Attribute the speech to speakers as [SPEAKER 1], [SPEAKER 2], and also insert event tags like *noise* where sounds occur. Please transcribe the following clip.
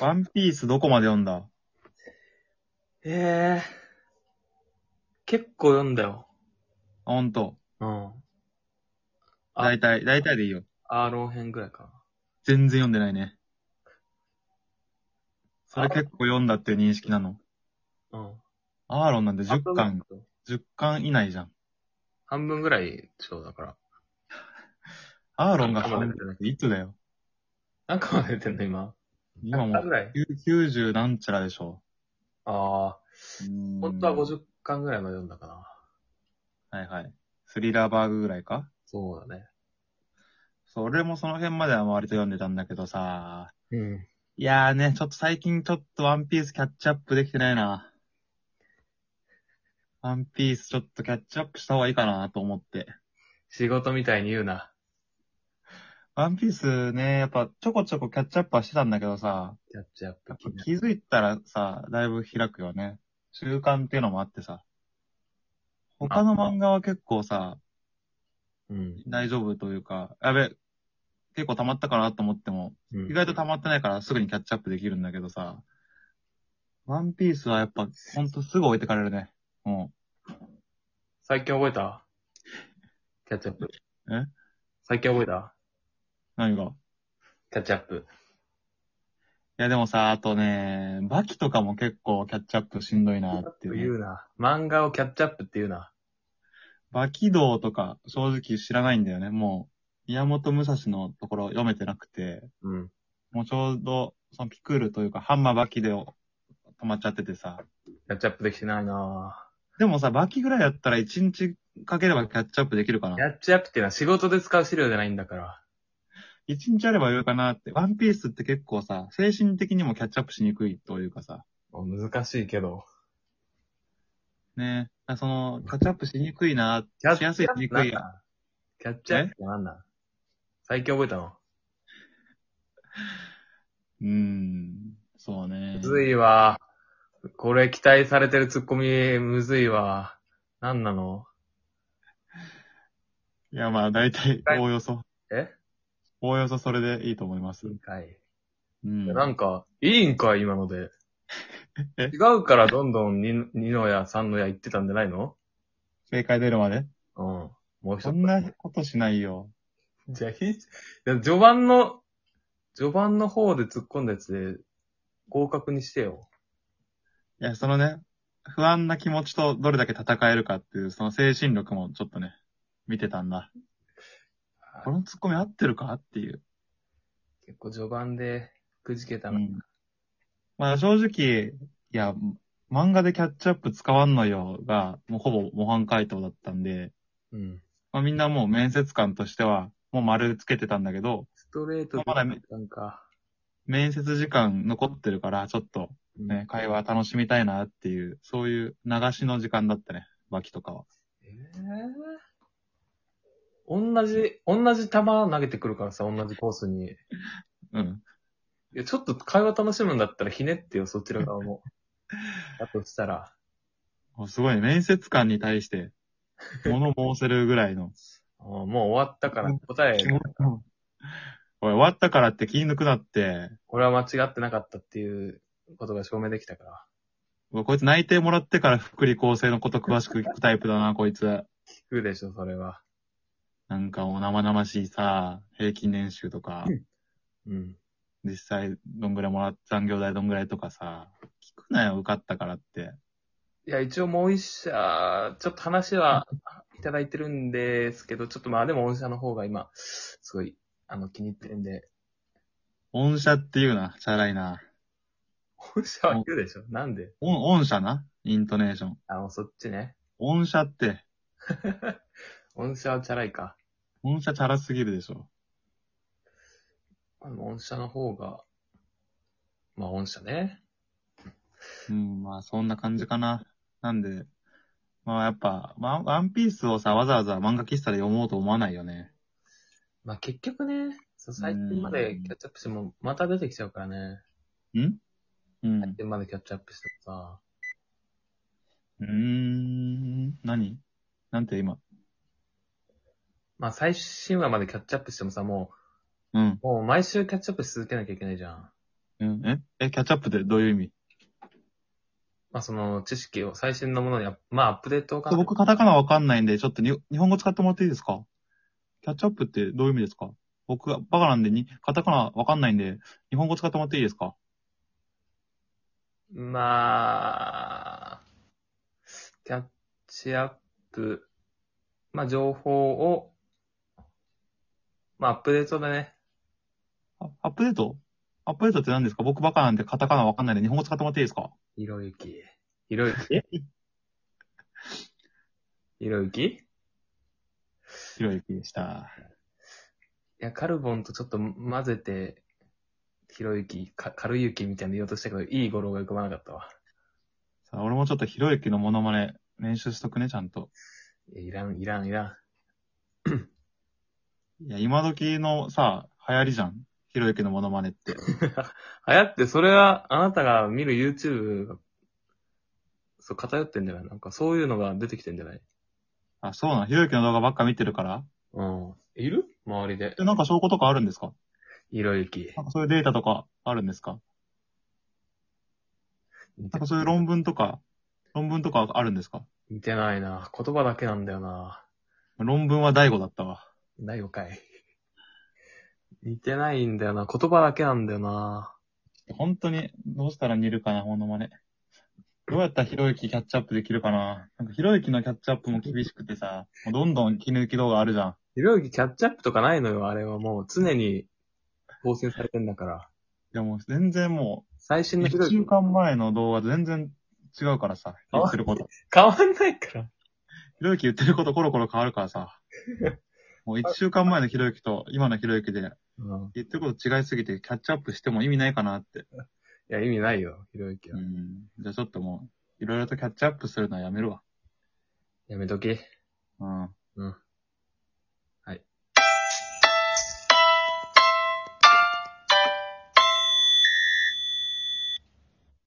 [SPEAKER 1] ワンピースどこまで読んだ
[SPEAKER 2] ええ結構読んだよ。
[SPEAKER 1] あ、ほんと。
[SPEAKER 2] うん。あ
[SPEAKER 1] 大体、大体でいいよ。
[SPEAKER 2] アーロン編ぐらいかな。
[SPEAKER 1] 全然読んでないね。それ結構読んだっていう認識なの。
[SPEAKER 2] うん。
[SPEAKER 1] アーロンなんて10巻、。10巻以内じゃん。
[SPEAKER 2] 半分ぐらい、そうだから。
[SPEAKER 1] アーロンが
[SPEAKER 2] あまだ
[SPEAKER 1] 半分っていつだよ。
[SPEAKER 2] 何巻まで出てんの今。
[SPEAKER 1] 今も
[SPEAKER 2] 巻
[SPEAKER 1] う
[SPEAKER 2] ぐらい
[SPEAKER 1] 90なんちゃらでしょ。
[SPEAKER 2] ああ。本当は
[SPEAKER 1] 十
[SPEAKER 2] 50巻ぐらいまで読んだかな。
[SPEAKER 1] はいはい。スリラーバーグぐらいか
[SPEAKER 2] そうだね。
[SPEAKER 1] そう、俺もその辺までは割と読んでたんだけどさ。
[SPEAKER 2] うん。
[SPEAKER 1] いやーね、ちょっと最近ちょっとワンピースキャッチアップできてないな。ワンピースちょっとキャッチアップした方がいいかなと思って。
[SPEAKER 2] 仕事みたいに言うな。
[SPEAKER 1] ワンピースね、やっぱちょこちょこキャッチアップはしてたんだけどさ、
[SPEAKER 2] キャッチアッ
[SPEAKER 1] や
[SPEAKER 2] プ
[SPEAKER 1] っぱ気づいたらさ、だいぶ開くよね。習慣っていうのもあってさ。他の漫画は結構さ、
[SPEAKER 2] うん。
[SPEAKER 1] 大丈夫というか、やべ、結構溜まったかなと思っても、
[SPEAKER 2] 意
[SPEAKER 1] 意外と溜まってないからすぐにキャッチアップできるんだけどさ、ワンピースはやっぱほんとすぐ置いてかれるね。も
[SPEAKER 2] 最近覚えたキャッチアップ。
[SPEAKER 1] え
[SPEAKER 2] 最近覚えた
[SPEAKER 1] う、何が。い
[SPEAKER 2] キャッチアップ。
[SPEAKER 1] やでもさ、あとね、バキとかも結構キャッチアップしんどいなってい
[SPEAKER 2] 言
[SPEAKER 1] う、
[SPEAKER 2] うな。漫画をキャッチアップって言うな。
[SPEAKER 1] バキ道とか正直知らないんだよね。もう、宮本武蔵のところ読めてなくて、
[SPEAKER 2] うん。
[SPEAKER 1] もうちょうどそのピクールというかハンマーバキで止まっちゃっててさ、
[SPEAKER 2] キャッチアップできてないな
[SPEAKER 1] でもさ、バキぐらいだったら1日かければキャッチアップできるかな
[SPEAKER 2] ぁ。キ。ャッチアップっていうのは仕事で使う資料じゃないんだから。
[SPEAKER 1] 一日あればよいかなって。ワンピースって結構さ、精神的にもキャッチアップしにくいというかさ、
[SPEAKER 2] 難しいけど。
[SPEAKER 1] ねえ。その、キャッチアップしにくいな、
[SPEAKER 2] キャッ
[SPEAKER 1] し
[SPEAKER 2] チア
[SPEAKER 1] や
[SPEAKER 2] ッ
[SPEAKER 1] すいし
[SPEAKER 2] プ
[SPEAKER 1] に
[SPEAKER 2] って
[SPEAKER 1] く
[SPEAKER 2] なん
[SPEAKER 1] いや。
[SPEAKER 2] だキャッチアップってなんだ最近覚えたの
[SPEAKER 1] うーん、そうね
[SPEAKER 2] む。ずいわ。これ期待されてるツッコミ、むずいわ。なんなの
[SPEAKER 1] いや、まあ、大体、
[SPEAKER 2] はい
[SPEAKER 1] おおよそ、
[SPEAKER 2] え
[SPEAKER 1] おおよそそれでいいと思います
[SPEAKER 2] い。いかい。
[SPEAKER 1] うん。
[SPEAKER 2] なんか、いいんかい、今の
[SPEAKER 1] *laughs*
[SPEAKER 2] で。
[SPEAKER 1] え
[SPEAKER 2] 違うからどんどん二二の矢、三の矢言ってたんじゃないの
[SPEAKER 1] 正解出るまで。
[SPEAKER 2] うん。もう一
[SPEAKER 1] そ
[SPEAKER 2] つ
[SPEAKER 1] ん。なことしないよ。
[SPEAKER 2] じゃあ、ひ、いや序盤の、序盤の方で突っ込んだやつで、合格にしてよ。
[SPEAKER 1] いや、そのね、不安な気持ちとどれだけ戦えるかっていう、その精神力もちょっとね、見てたんだ。このツッコミ合ってるかっていう。
[SPEAKER 2] 結構序盤でくじけた
[SPEAKER 1] う
[SPEAKER 2] な。
[SPEAKER 1] んまあ正直、いや、漫画でキャッチアップ使わんのよが、もうほぼ模範解答だったんで、
[SPEAKER 2] うん。
[SPEAKER 1] まあみんなもう面接官としては、もう丸つけてたんだけど、
[SPEAKER 2] ストレートで
[SPEAKER 1] まだめ
[SPEAKER 2] なんか、
[SPEAKER 1] 面接時間残ってるから、ちょっとね、会話楽しみたいなっていう、そういう流しの時間だったね、バキとかは。
[SPEAKER 2] ええ同じ、同じ球投げてくるからさ、同じコースに。い
[SPEAKER 1] うん。
[SPEAKER 2] や、ちょっと会話楽しむんだったらひねってよ、そちら側も。 *laughs* だとしたら。
[SPEAKER 1] もうすごいね、面接官に対して、物申せるぐらい *laughs* の。
[SPEAKER 2] あーもう終わったから答え、
[SPEAKER 1] おい、終わったからって気抜くなって、
[SPEAKER 2] 俺は間違ってなかったっていうことが証明できたから。
[SPEAKER 1] うわこいつ内定もらってから福利厚生のこと詳しく聞くタイプだな、こいつ。
[SPEAKER 2] 聞くでしょ、それは。
[SPEAKER 1] なんかお生々しいさ、平均年収とか
[SPEAKER 2] う、んうん。
[SPEAKER 1] 実際どんぐらいもらっ残業代どんぐらいとかさ、聞くなよ、受かったからって。
[SPEAKER 2] いや、一応もう一社、ちょっと話はいただいてるんですけど、ちょっとまあでも御社の方が今、すごい、あの、気に入ってるんで、
[SPEAKER 1] 御社っていうな、チャラいな。
[SPEAKER 2] 御社は言うでしょなんで
[SPEAKER 1] 御、御社な、イントネーション。
[SPEAKER 2] あの、そっちね。
[SPEAKER 1] 御社って、
[SPEAKER 2] 御社はチャラいか。
[SPEAKER 1] 御社チャラすぎるでしょ。
[SPEAKER 2] あの、御社の方が、まあ、御社ね。
[SPEAKER 1] うん、まあそんな感じかな。なんで、まあやっぱ、ワンワンピースをさ、わざわざ漫画喫茶で読もうと思わないよね。
[SPEAKER 2] まあ、結局ね、そう最近までキャッチアップしても、また出てきちゃうからね。
[SPEAKER 1] んうん。
[SPEAKER 2] 最近までキャッチアップしてもさ、
[SPEAKER 1] うーん、何なんて今。
[SPEAKER 2] まあ、最新話までキャッチアップしてもさ、も
[SPEAKER 1] うん。
[SPEAKER 2] う、もう毎週キャッチアップし続けなきゃいけないじゃん。
[SPEAKER 1] うん、ええ、キャッチアップってどういう意味
[SPEAKER 2] まあその知識を最新のものにアップ、まあアップデートが。
[SPEAKER 1] 僕、カタカナわかんないんで、ちょっとに日本語使ってもらっていいですかキャッチアップってどういう意味ですか僕、バカなんでに、カタカナわかんないんで、日本語使ってもらっていいですか
[SPEAKER 2] まあ、キャッチアップ、まあ情報を、まあアップデートだね。
[SPEAKER 1] あアップデートアップデートって何ですか僕バカなんでカタカナわかんないんで日本語使ってもらっていいですか
[SPEAKER 2] ひろゆき。ひろゆき。
[SPEAKER 1] え
[SPEAKER 2] ひろゆきい
[SPEAKER 1] ひろゆきでした。
[SPEAKER 2] や、カルボンとちょっと混ぜて、ひろゆき、か、かるゆきみたいなの言おうとしたけど、いい語呂が浮かばなかったわ。
[SPEAKER 1] さあ、俺もちょっとひろゆきのモノマネ練習しとくね、ちゃんと。
[SPEAKER 2] いやいらん、いらん、いらん。
[SPEAKER 1] いや、今時のさ、流行りじゃん。ひろゆきのモノマネって。
[SPEAKER 2] 流行って、それはあなたが見る YouTube が、そう、偏ってんじゃないなんかそういうのが出てきてんじゃない
[SPEAKER 1] あ、そうなのひろゆきの動画ばっか見てるから
[SPEAKER 2] うん。いる周りで。
[SPEAKER 1] えなんか証拠とかあるんですか
[SPEAKER 2] ひろゆき。
[SPEAKER 1] なんかそういうデータとかあるんですかなんかそういう論文とか、論文とかあるんですか
[SPEAKER 2] 見てないな。言葉だけなんだよな。
[SPEAKER 1] 論文は大悟だったわ。
[SPEAKER 2] ないよかい。似てないんだよな。言葉だけなんだよな。
[SPEAKER 1] 本当に、どうしたら似るかな、モノマネ。どうやったらひろゆきキャッチアップできるかななんかひろゆきのキャッチアップも厳しくてさ、もうどんどん気抜き動画あるじゃん。
[SPEAKER 2] ひろゆきキャッチアップとかないのよ。あれはもう常に更新されてんだから。
[SPEAKER 1] いやもう全然も
[SPEAKER 2] 最新
[SPEAKER 1] う、
[SPEAKER 2] のひろ
[SPEAKER 1] 一
[SPEAKER 2] ゆ
[SPEAKER 1] 週
[SPEAKER 2] き。
[SPEAKER 1] 間前の動画と全然違うからさ、言ってること。ひ
[SPEAKER 2] 変わんないから。
[SPEAKER 1] ろゆき言ってることコロコロ変わるから *laughs* さ。もう一週間前のひろゆきと今のひろゆきで
[SPEAKER 2] うん。い
[SPEAKER 1] 言ってること違いすぎてキャッチアップしても意味ないかなって。
[SPEAKER 2] や、意味ないよ。ひろゆき
[SPEAKER 1] う
[SPEAKER 2] は。
[SPEAKER 1] ん。じゃあちょっともう、いろいろとキャッチアップするのはやめるわ。
[SPEAKER 2] やめとき。
[SPEAKER 1] うん。
[SPEAKER 2] うん。